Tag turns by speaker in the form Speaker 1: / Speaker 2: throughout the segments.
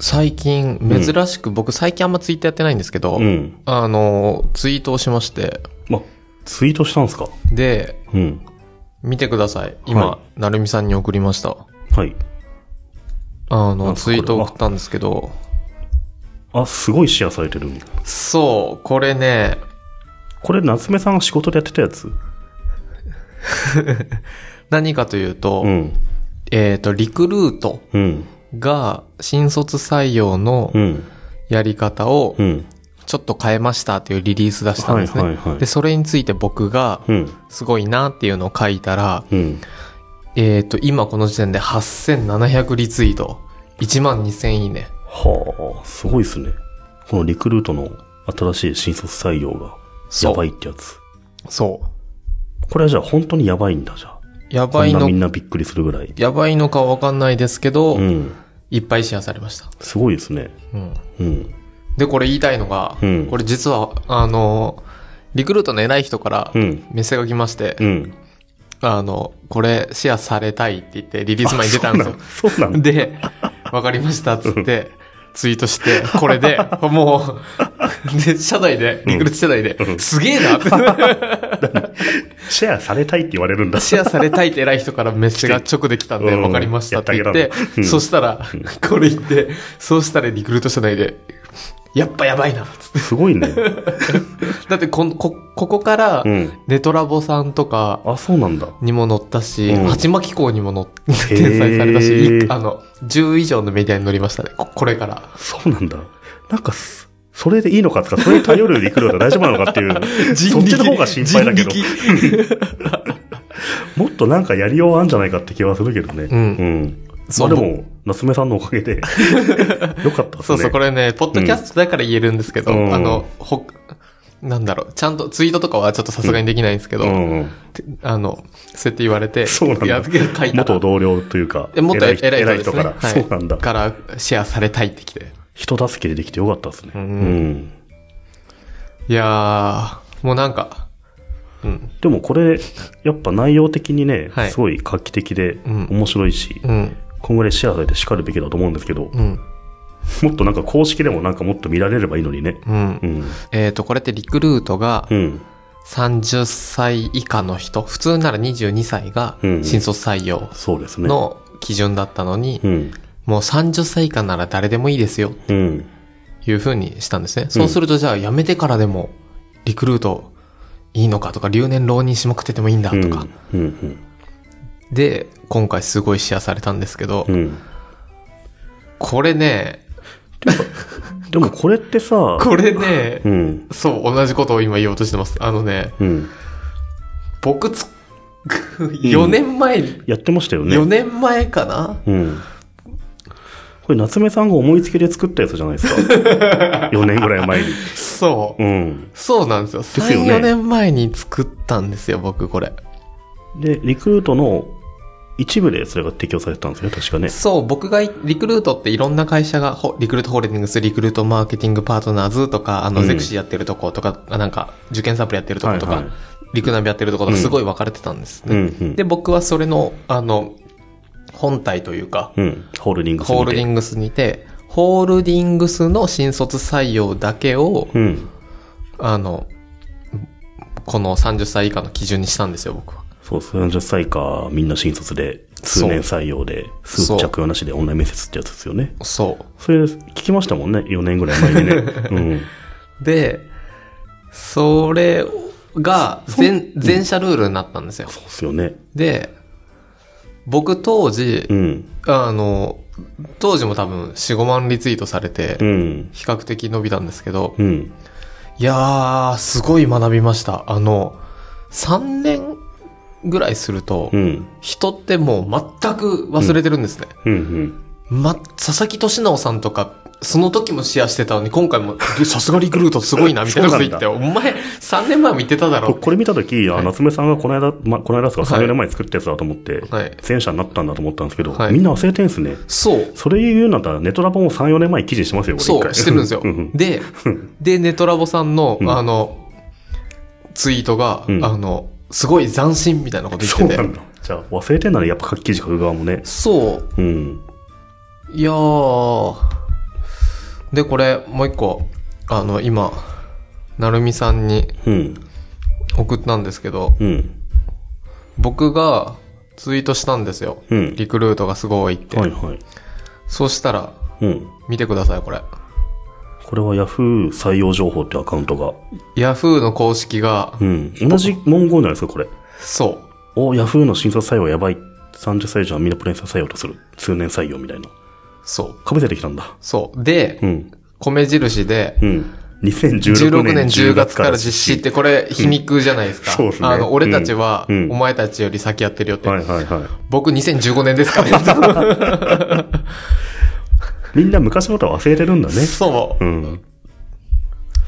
Speaker 1: 最近、珍しく、僕最近あんまツイッターやってないんですけど、
Speaker 2: うん。
Speaker 1: あの、ツイートをしまして、
Speaker 2: ま、ツイートしたんですか
Speaker 1: で、
Speaker 2: うん。
Speaker 1: 見てください。今、
Speaker 2: は
Speaker 1: なるみさんに送りました。
Speaker 2: はい。
Speaker 1: あ
Speaker 2: な
Speaker 1: の、
Speaker 2: んすか
Speaker 1: ツイート
Speaker 2: これ
Speaker 1: 送ったんですけど、
Speaker 2: あ、すごいシェアされてる。
Speaker 1: そう、これね、
Speaker 2: これ、夏目さんが仕事でやってたやつ
Speaker 1: 何かというと、
Speaker 2: うん。
Speaker 1: えっ、と、リクルート
Speaker 2: うん。
Speaker 1: が新卒採用の
Speaker 2: うん。
Speaker 1: やり方を
Speaker 2: うん。
Speaker 1: ちょっと変えましたというリリース出したんですね。
Speaker 2: はいはいはい
Speaker 1: で、それについて僕が
Speaker 2: うん。
Speaker 1: すごいなっていうのを書いたら、
Speaker 2: うん。
Speaker 1: えっ、と、今この時点で8700リツイート、12000いいね。
Speaker 2: はあ、すごいですね。このリクルートの新しい新卒採用が、
Speaker 1: そう
Speaker 2: やばいってやつ。
Speaker 1: そう。
Speaker 2: これはじゃあ本当にやばいんだ、じゃあ。
Speaker 1: やば
Speaker 2: こん
Speaker 1: い
Speaker 2: な
Speaker 1: の
Speaker 2: みん、なびっくりするぐらい。
Speaker 1: やばいのかわかんないですけど、
Speaker 2: うん。
Speaker 1: いっぱいシェアされました。
Speaker 2: すごいですね。
Speaker 1: うん。
Speaker 2: うん。
Speaker 1: で、これ言いたいのが、
Speaker 2: うん
Speaker 1: これ実は、あの、リクルートの偉い人から
Speaker 2: うん。
Speaker 1: メッセが来まして、
Speaker 2: うん。
Speaker 1: あの、これシェアされたいって言ってリリース前に出たんですよ。
Speaker 2: すよ。そうなんだ。
Speaker 1: で、わかりましたっつって、ツイートして、これで、もう、で、社内で、リクルート社内で、すげえなって、
Speaker 2: シェアされたいって言われるんだ。
Speaker 1: シェアされたいって偉い人からメッセが直で来たんで、
Speaker 2: うん
Speaker 1: わかりましたって言っ
Speaker 2: やっててあげた、のうん
Speaker 1: そしたら、これ言って、そうしたらリクルート社内で、やっぱやばいなっつって。
Speaker 2: すご いね。
Speaker 1: だってこん、こ、ここから
Speaker 2: う、ん。
Speaker 1: ネトラボさんとか、
Speaker 2: あ、そうなんだ。
Speaker 1: にも載ったし、
Speaker 2: うん
Speaker 1: 鉢巻港にも載っ
Speaker 2: へー
Speaker 1: 転載されたし、いあの、10以上のメディアに載りましたね。ここれから。
Speaker 2: そうなんだ。なんかす、それでいいのかとか、それに頼るでいくのが大丈夫なのかっ ていう、そっちの方が心配だけど、
Speaker 1: 人力
Speaker 2: もっとなんかやりようあんじゃないかって気はするけどね。
Speaker 1: うん
Speaker 2: ん。
Speaker 1: そう
Speaker 2: まあでも、夏目さんのおかげで、よ かったですね。
Speaker 1: そうそう、これね、ポッドキャストだから言えるんですけど、
Speaker 2: うん
Speaker 1: あの、ほ、なんだろう、ちゃんとツイートとかはちょっとさすがにできないんですけど、
Speaker 2: うん。
Speaker 1: てあの、そうやって言われて、
Speaker 2: そうなんだ
Speaker 1: いや書いた
Speaker 2: 元
Speaker 1: ら。
Speaker 2: 同僚というか、
Speaker 1: えもっと偉い人
Speaker 2: 偉い
Speaker 1: です
Speaker 2: 人
Speaker 1: ね。
Speaker 2: から、
Speaker 1: はい
Speaker 2: そうなんだ。
Speaker 1: からシェアされたいってきて。
Speaker 2: 人助けでできてよかったですね。
Speaker 1: ん
Speaker 2: うん
Speaker 1: いやー、もうなんか、うん、
Speaker 2: でもこれ、やっぱ内容的にね、
Speaker 1: はい
Speaker 2: すごい画期的で、
Speaker 1: ん
Speaker 2: 面白いし、
Speaker 1: うん、
Speaker 2: 今後でシェアされて叱るべきだと思うんですけど、
Speaker 1: うん、
Speaker 2: もっとなんか公式でもなんかもっと見られればいいのにね。
Speaker 1: うん
Speaker 2: う。ん。
Speaker 1: えっ、と、これってリクルートが
Speaker 2: う、ん。
Speaker 1: 30歳以下の人、普通なら22歳が
Speaker 2: うん
Speaker 1: 新卒採用
Speaker 2: そうですね。
Speaker 1: の基準だったのに、
Speaker 2: うん。
Speaker 1: もう30歳以下なら誰でもいいですよっ
Speaker 2: うん。
Speaker 1: ていう風にしたんですね。そうするとじゃあ辞めてからでもリクルートいいのかとか留年浪人しまくっててもいいんだ
Speaker 2: うん。
Speaker 1: とか。
Speaker 2: うん。
Speaker 1: で、今回すごいシェアされたんですけど、
Speaker 2: うん。うん。
Speaker 1: これね、
Speaker 2: でもこれってさ、
Speaker 1: これね
Speaker 2: う、ん。
Speaker 1: そう、同じことを今言おうとしてます。あのね、
Speaker 2: うん。
Speaker 1: 僕つ、4年前、
Speaker 2: やってましたよね。
Speaker 1: 4年前かな
Speaker 2: うん。これ夏目さんが思いつきで作ったやつじゃないですか。4年 ぐらい前に。
Speaker 1: そう。
Speaker 2: うん。
Speaker 1: そうなんですよ。
Speaker 2: すよ
Speaker 1: 3、
Speaker 2: ね
Speaker 1: 4年前に作ったんですよ、僕これ。
Speaker 2: で、リクルートの一部でそれが適用されてたんですよね、確かね。
Speaker 1: そう、僕がいリクルートっていろんな会社が、ほリクルートホールディングス、リクルートマーケティングパートナーズとか、あ
Speaker 2: う
Speaker 1: の、
Speaker 2: ん
Speaker 1: ゼクシーやってるとことか、あなんか、受験サプリやってるとことか、
Speaker 2: はいはい
Speaker 1: リクナビやってるとことか、
Speaker 2: うん
Speaker 1: すごい分かれてたんです
Speaker 2: う
Speaker 1: ね。
Speaker 2: ん。うん。
Speaker 1: で、僕はそれの、あの、本体というか、
Speaker 2: うん。ホールディングスにて
Speaker 1: ホールディングスにて、ホールディングスの新卒採用だけを、
Speaker 2: うん。
Speaker 1: あの、この30歳以下の基準にしたんですよ、僕は。
Speaker 2: そう、30歳以下みんな新卒で、通年採用で、ス
Speaker 1: そう
Speaker 2: ーツ着用なしでオンライン面接ってやつですよね。
Speaker 1: そう。
Speaker 2: それ聞きましたもんね、4年ぐらい前 にね。うん。
Speaker 1: で、それが全、全社ルールになったんですよ。
Speaker 2: そうっすよね。
Speaker 1: で、僕当時
Speaker 2: う、ん。
Speaker 1: あの、当時も多分4、5万リツイートされて
Speaker 2: う、ん。
Speaker 1: 比較的伸びたんですけど、
Speaker 2: うん。
Speaker 1: いやー、すごい学びました。あの、3年ぐらいすると
Speaker 2: う、ん。
Speaker 1: 人ってもう全く忘れてるんですね。
Speaker 2: うん。うん。
Speaker 1: ま、佐々木俊直さんとか、その時もシェアしてたのに、今回も、 でさすがリクルートすごいな、みたいなこと言って、お前、3年前も言ってただ
Speaker 2: こ
Speaker 1: ろ。
Speaker 2: これ見たとき、あ夏目さんがこの間、ま、この間ですか、
Speaker 1: はい
Speaker 2: 3年前に作ったやつだと思って
Speaker 1: はい、
Speaker 2: 前者になったんだと思ったんですけど
Speaker 1: は、い
Speaker 2: みんな忘れてんすね。
Speaker 1: そう。
Speaker 2: それ言うんだったら、ネトラボも3、4年前に記事してますよ、これ一
Speaker 1: そ
Speaker 2: 回。
Speaker 1: う、してるんですよ
Speaker 2: う。ん。
Speaker 1: で、で、ネトラボさんの、
Speaker 2: うん
Speaker 1: あの、ツイートが、
Speaker 2: うん
Speaker 1: あの、すごい斬新みたいなこと言
Speaker 2: そう
Speaker 1: って
Speaker 2: な
Speaker 1: て。
Speaker 2: んだ。じゃあ、忘れてんならやっぱ記事書く側もね。
Speaker 1: そう。
Speaker 2: うん。
Speaker 1: いやー、で、これ、もう一個、あの、今、なるみさんに
Speaker 2: うん。
Speaker 1: 送ったんですけど、
Speaker 2: うん。
Speaker 1: 僕がツイートしたんですよ。
Speaker 2: うん
Speaker 1: リクルートがすごいって。
Speaker 2: はいはい。
Speaker 1: そうしたら、
Speaker 2: うん。
Speaker 1: 見てください、これ。
Speaker 2: これは Yahoo 採用情報ってアカウントが。
Speaker 1: ヤフーの公式が、
Speaker 2: うん。同じ文言じゃないですか、これ。
Speaker 1: そう。
Speaker 2: お、Yahoo の新卒採用やばい。30歳以上はみんなプレンサー採用とする。通年採用みたいな。
Speaker 1: そう。
Speaker 2: かぶせてきたんだ。
Speaker 1: そう。で、
Speaker 2: うん。
Speaker 1: 米印で、
Speaker 2: うん。2016
Speaker 1: 16
Speaker 2: 年
Speaker 1: 年
Speaker 2: 10
Speaker 1: 10
Speaker 2: 月
Speaker 1: 月
Speaker 2: か
Speaker 1: からら
Speaker 2: 実
Speaker 1: 実
Speaker 2: 施
Speaker 1: 施ってこれ皮肉じゃないですか。
Speaker 2: うんそうですね
Speaker 1: あの、俺たちは
Speaker 2: うんうん
Speaker 1: お前たちより先やってるよって。
Speaker 2: はいはいはい。
Speaker 1: 僕2015年ですからね。
Speaker 2: みんな昔のことは忘れてるんだ ね。
Speaker 1: そう。
Speaker 2: うん。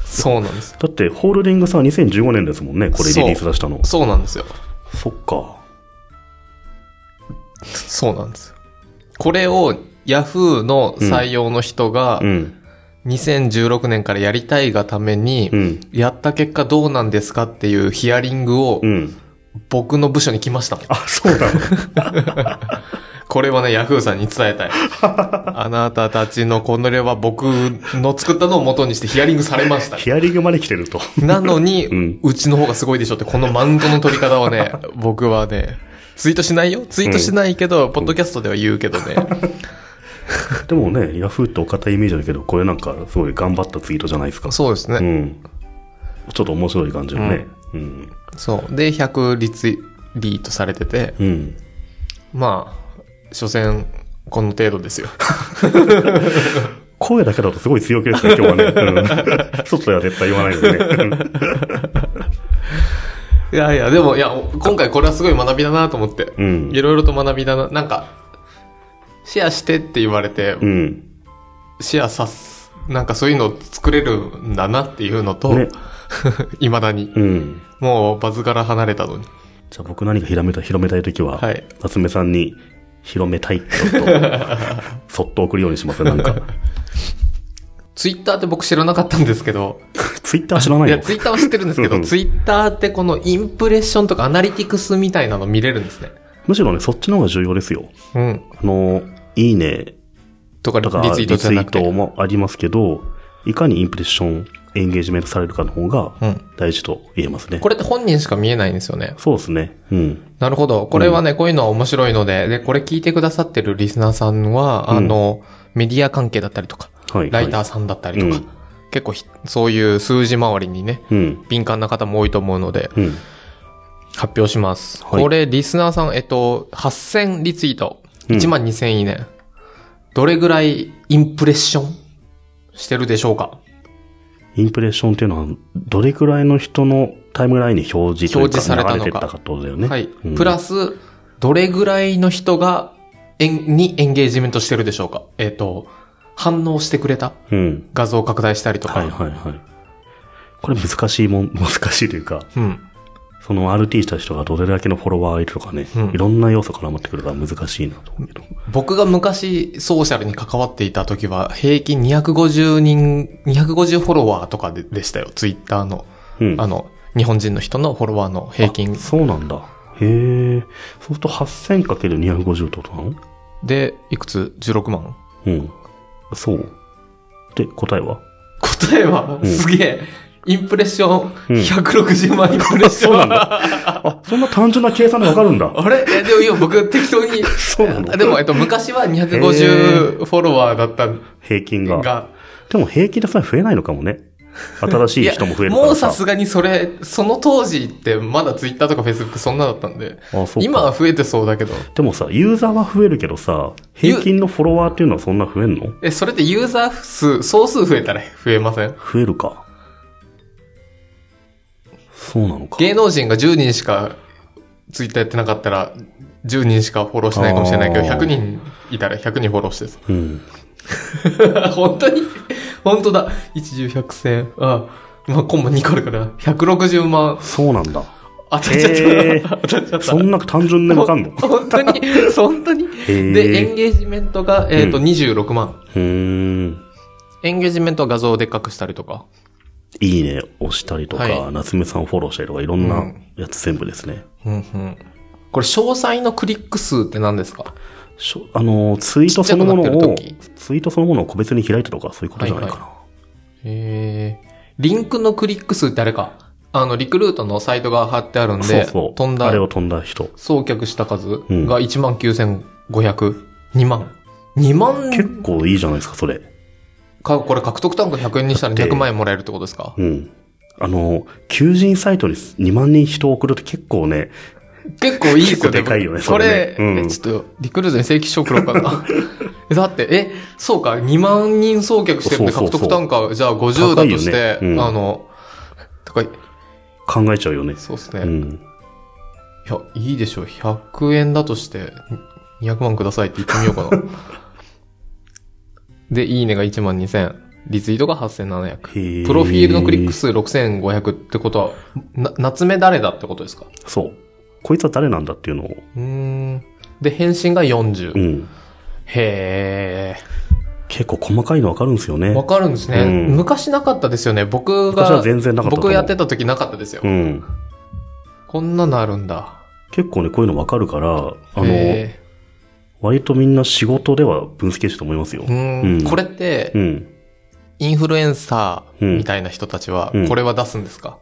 Speaker 1: そうなんです。
Speaker 2: だって、ホールディングスは2015年ですもんね。これリリース出したの。
Speaker 1: そうなんですよ。
Speaker 2: そっか。
Speaker 1: そうなんですよ。これを Yahoo の採用の人が
Speaker 2: うん。
Speaker 1: 2016年からやりたいがために
Speaker 2: う、ん。
Speaker 1: やった結果どうなんですかっていうヒアリングを
Speaker 2: うん。
Speaker 1: 僕の部署に来ましたもん。
Speaker 2: あ、そうだ。
Speaker 1: これはね、ヤフーさんに伝え たい。あなたたちのこの例は僕の作ったのを元にしてヒアリングされました。
Speaker 2: ヒアリングまで来てると。
Speaker 1: なのに、うんちの方がすごいでしょって、このマウントの取り方は ね、僕はね、ツイートしないよツイートしないけど、ポッドキャストでは言うけどね。
Speaker 2: でもね、ヤフーってお堅いイメージだけど、これなんかすごい頑張ったツイートじゃないです か。
Speaker 1: そうですね。
Speaker 2: うん。ちょっと面白い感じのね。うん。
Speaker 1: そう。で、100リツイリートされてて、
Speaker 2: うん。
Speaker 1: まあ、所詮、この程度ですよ。
Speaker 2: 声だけだとすごい強気ですね、今日はね。うん 外では絶対言わないのでね。
Speaker 1: いやい や、でも、いや、今回これはすごい学びだなと思って、
Speaker 2: うん
Speaker 1: いろいろと学びだな。なんか、シェアしてって言われて、
Speaker 2: うん。
Speaker 1: シェアさす、なんかそういうのを作れるんだなっていうのと、
Speaker 2: ね
Speaker 1: 未だに。
Speaker 2: うん。
Speaker 1: もうバズから離れたのに。
Speaker 2: じゃあ僕何か広めた、広めたいときは、
Speaker 1: はい
Speaker 2: 夏目さんに広めたいってちょっと、そっと送るようにしますね、な んか。
Speaker 1: ツイッターって僕知らなかったんですけど、
Speaker 2: ツイッター知らない
Speaker 1: い
Speaker 2: よ。
Speaker 1: や、ツイッターは知ってるんですけ
Speaker 2: うん
Speaker 1: ど、ツイッターってこのインプレッションとかアナリティクスみたいなの見れるんですね。
Speaker 2: むしろね、そっちの方が重要ですよ。
Speaker 1: うん。
Speaker 2: あの、いいね
Speaker 1: とか、リ
Speaker 2: とか、リ
Speaker 1: ツ
Speaker 2: ツ
Speaker 1: イ
Speaker 2: イ
Speaker 1: ートじゃな
Speaker 2: ー
Speaker 1: くて。
Speaker 2: トもありますけど、いかにインプレッション、エンゲージメントされるかの方が
Speaker 1: うん。
Speaker 2: 大事と言えますね。
Speaker 1: これって本人しか見えないんですよね。
Speaker 2: そうですね。うん。
Speaker 1: なるほど。これはね、こういうのは面白いので、で、これ聞いてくださってるリスナーさんは、あの、メディア関係だったりとか、
Speaker 2: はい。
Speaker 1: ライタ
Speaker 2: は
Speaker 1: ーさんだったりとか、
Speaker 2: うん
Speaker 1: 結構ひそういう数字回りにね、
Speaker 2: いうん。
Speaker 1: 敏感な方も多いと思うので、
Speaker 2: うん。
Speaker 1: 発表します。
Speaker 2: はい
Speaker 1: これ、リスナーさん、えっと、8000リツイート、
Speaker 2: うん
Speaker 1: 1万2000いいね。どれぐらいインプレッションしてるでしょうか
Speaker 2: インプレッションっていうのは、どれくらいの人のタイムラインに表示という
Speaker 1: 表示され
Speaker 2: か
Speaker 1: た
Speaker 2: 流
Speaker 1: の
Speaker 2: れ
Speaker 1: か
Speaker 2: てったかってことだよね。
Speaker 1: はい。
Speaker 2: うん
Speaker 1: プラス、どれぐらいの人が、えんにエンゲージメントしてるでしょうかえっと、反応してくれた
Speaker 2: うん。
Speaker 1: 画像拡大したりとか。
Speaker 2: はいはいはい。これ難しいもん、 難しいというか、
Speaker 1: うん。
Speaker 2: その RT した人がどれだけのフォロワーがいるとかね、
Speaker 1: うん
Speaker 2: いろんな要素から持ってくるから難しいなと思うけど。
Speaker 1: 僕が昔ソーシャルに関わっていた時は、平均250人、250フォロワーとかででしたよ。ツイッターの。
Speaker 2: うん。
Speaker 1: あの、日本人の人のフォロワーの平均
Speaker 2: そうなんだ。へえ。そうすると 8000×250 ってことなの
Speaker 1: で、いくつ ?16 万
Speaker 2: うん。そう。で、答えは
Speaker 1: 答えは、
Speaker 2: ん
Speaker 1: すげえ。インプレッション、
Speaker 2: うん
Speaker 1: 160万インプレッション。
Speaker 2: そうな んだ。あ、そんな単純な計算でわかるんだ。
Speaker 1: あれえでも今僕適当に。
Speaker 2: そうなの
Speaker 1: でも、えっと、昔は
Speaker 2: へ
Speaker 1: 250フォロワーだった
Speaker 2: 平均が。
Speaker 1: が、
Speaker 2: でも平均でさえ増えないのかもね。新しい人も増えるからさ。
Speaker 1: もうさすがにそれ、その当時ってまだツイッターとかフェイスブックそんなだったんで、
Speaker 2: あそうか
Speaker 1: 今は増えてそうだけど、
Speaker 2: でもさ、ユーザーは増えるけどさ、平均のフォロワーっていうのはそんな増えんの
Speaker 1: え、それってユーザー数、総数増えたら増えません
Speaker 2: 増えるか。そうなのか。
Speaker 1: 芸能人が10人しかツイッターやってなかったら、10人しかフォローしてないかもしれないけど、
Speaker 2: あー
Speaker 1: 100人いたら100人フォローして
Speaker 2: うん。
Speaker 1: さ 本当に本当だ。一十百千。あ、まあ、コンボ2個あるから、160万。
Speaker 2: そ うなんだ。
Speaker 1: 当たっちゃった。
Speaker 2: へえ。
Speaker 1: 当たっちゃった。
Speaker 2: そんな単純でわかんのう
Speaker 1: 本当に、本当に。
Speaker 2: ー
Speaker 1: で、エンゲージメントが、えっ、と、26万。
Speaker 2: ーん。
Speaker 1: エンゲージメントは画像をでっかくしたりとか。
Speaker 2: いいね押したりとか、
Speaker 1: はい
Speaker 2: 夏目さんフォローしたりとか、いろん
Speaker 1: う
Speaker 2: なんやつ全部ですね。
Speaker 1: うんうん。これ、詳細のクリック数って何ですか
Speaker 2: しょあの、ツイートそのも
Speaker 1: ちっちゃく
Speaker 2: の
Speaker 1: な
Speaker 2: を
Speaker 1: ってる時、
Speaker 2: ツイートそのものを個別に開いたとか、そういうことじゃないかな。
Speaker 1: えー、リンクのクリック数ってあれか。あの、リクルートのサイトが貼ってあるんで、
Speaker 2: そうそう。
Speaker 1: 飛んだ
Speaker 2: あれを飛んだ人。
Speaker 1: 送客した数が
Speaker 2: ん
Speaker 1: 19,500。2万。2
Speaker 2: 結
Speaker 1: 万
Speaker 2: 構いいじゃないですか、それ。
Speaker 1: か、これ獲得単価100円にしたら200万円もらえるってことですか
Speaker 2: うん。あの、求人サイトに2万人人を送るって結構ね、
Speaker 1: 結構いいですよね。
Speaker 2: 結構でかいよね
Speaker 1: これ、
Speaker 2: それねう
Speaker 1: え
Speaker 2: ん
Speaker 1: ちょっと、リクルートに正規書送ろうかな。 えだって、え、そうか、2万人送客してるんで
Speaker 2: そうそ
Speaker 1: 獲
Speaker 2: うそう
Speaker 1: 得単価、じゃあ50だとして
Speaker 2: 高いよね、うん
Speaker 1: あの、高い。
Speaker 2: 考えちゃうよね。
Speaker 1: そうです
Speaker 2: う
Speaker 1: ね。い
Speaker 2: ん。
Speaker 1: や、いいでしょう。100円だとして、200万くださいって言ってみようかな。 で、いいねが1万2000。リツイートが8700。
Speaker 2: へ
Speaker 1: プロフィールのクリック。数6500ってことは、な、夏目誰だってことですか
Speaker 2: そう。こいつは誰なんだっていうのを。
Speaker 1: うーん。で、返信が40。
Speaker 2: うん。
Speaker 1: へ
Speaker 2: 結構細かいのわかるんですよ
Speaker 1: え。
Speaker 2: ね
Speaker 1: わ。かるんですね、
Speaker 2: うん
Speaker 1: 昔なかったですよね。僕
Speaker 2: 昔は
Speaker 1: が、
Speaker 2: 全然なかったと思う
Speaker 1: 僕やってた時なかったですよ。
Speaker 2: うん。
Speaker 1: こんなのあるんだ。
Speaker 2: 結構ね、こういうのわかるから、あの、
Speaker 1: へ
Speaker 2: 割とみんな仕事では分析してると思いますよ
Speaker 1: えう。ーん。
Speaker 2: うん
Speaker 1: これって
Speaker 2: う、ん。
Speaker 1: インフルエンサ
Speaker 2: うん
Speaker 1: ーみたいな人たちは
Speaker 2: うん、
Speaker 1: これは出すんですか、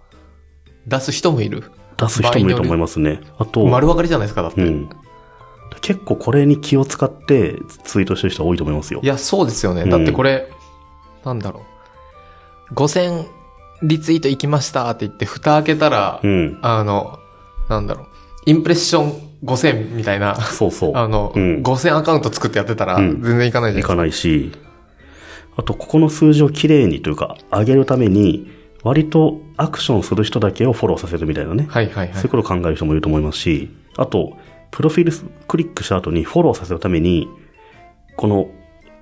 Speaker 1: 出す人もいる。
Speaker 2: 出す人もいると思いますね。あと、
Speaker 1: 丸分かりじゃないですか、だって。い
Speaker 2: うん。結構これに気を使ってツイートしてる人多いと思いますよ。
Speaker 1: や、そうですよね。だってこれ、なんだろう。5000リツイート行きましたって言って、蓋開けたら、
Speaker 2: うん。
Speaker 1: あの、なんだろう。インプレッション5000みたいな。
Speaker 2: そうそう。
Speaker 1: あの、
Speaker 2: うん
Speaker 1: 5000アカウント作ってやってたら、
Speaker 2: うん
Speaker 1: 全然いかないじゃないで
Speaker 2: い
Speaker 1: すか。
Speaker 2: かないし、あと、ここの数字をきれいにというか、上げるために、割とアクションする人だけをフォローさせるみたいなね。
Speaker 1: はいはいは
Speaker 2: そう
Speaker 1: い
Speaker 2: いう。ことを考える人もいると思いますし、あと、プロフィールクリックした後にフォローさせるために、この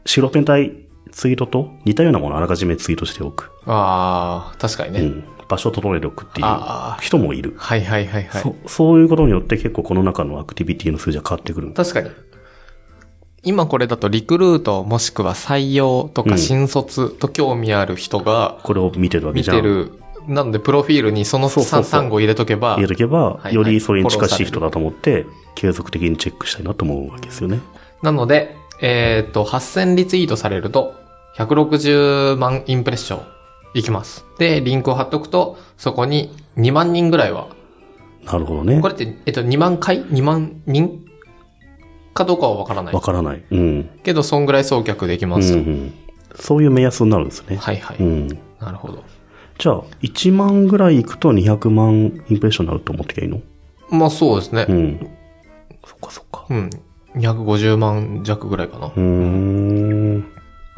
Speaker 2: 白ペン対ツイートと似たようなものをあらかじめツイートしておく。
Speaker 1: ああ、確かにね。
Speaker 2: うん。場所を整えておくって
Speaker 1: あ
Speaker 2: いう人もいる。
Speaker 1: はいはいはいはい。
Speaker 2: そそういうことによって結構この中のアクティビティの数字が変わってくるんだ。
Speaker 1: 確かに。今これだとリクルートもしくは採用と
Speaker 2: う
Speaker 1: か
Speaker 2: ん
Speaker 1: 新卒と興味ある人が
Speaker 2: これを見てるわけ
Speaker 1: 見
Speaker 2: じゃん。
Speaker 1: てる。なので、プロフィールにその
Speaker 2: そうそうそう
Speaker 1: 3単語入れとけば
Speaker 2: 入れ、とけば、
Speaker 1: はい
Speaker 2: よりそれに近しい
Speaker 1: フ
Speaker 2: 人
Speaker 1: ォ
Speaker 2: だと思って、継続的にチェックしたいなと思うわけですよね。
Speaker 1: なので、えーっと、8000リツイートされると、160万インプレッションいきます。で、リンクを貼っとくと、そこに2万人ぐらいは
Speaker 2: なるほどね
Speaker 1: こ。れって、えっと、2万回 ?2 万人かどうかはわからない
Speaker 2: わ。からない。うん。
Speaker 1: けど、そんぐらい送客でき
Speaker 2: う
Speaker 1: ま
Speaker 2: んう
Speaker 1: す。
Speaker 2: ん。そういう目安になるんですね。
Speaker 1: はいはい、
Speaker 2: うん。
Speaker 1: なるほど。
Speaker 2: じゃあ、1万ぐらいいくと200万インプレッションになると思ってきゃいいの
Speaker 1: まあそうですね
Speaker 2: う。ん。そっかそっか。
Speaker 1: うん。250万弱ぐらいかな
Speaker 2: う。ーん。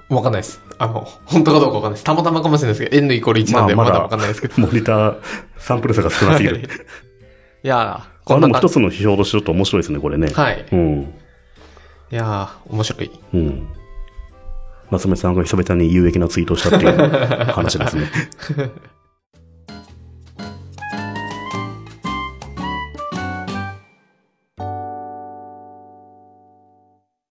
Speaker 1: わかんないです。あの、本当かどうかわかんないです。たまたまかもしれないですけど、N イコール1なんで
Speaker 2: ま
Speaker 1: ま
Speaker 2: あまだ
Speaker 1: だわかんないですけど。
Speaker 2: モニター、サン プル数が少なすぎ る。
Speaker 1: いやー、
Speaker 2: あ、
Speaker 1: こん
Speaker 2: で
Speaker 1: な
Speaker 2: も
Speaker 1: 感
Speaker 2: 一
Speaker 1: じ。
Speaker 2: つの指標としてちょっと面白いですね、これね。
Speaker 1: はい。
Speaker 2: うん。
Speaker 1: いやー、面白い。
Speaker 2: うん。夏目さんが久々に有益なツイートをしたっていう話ですね。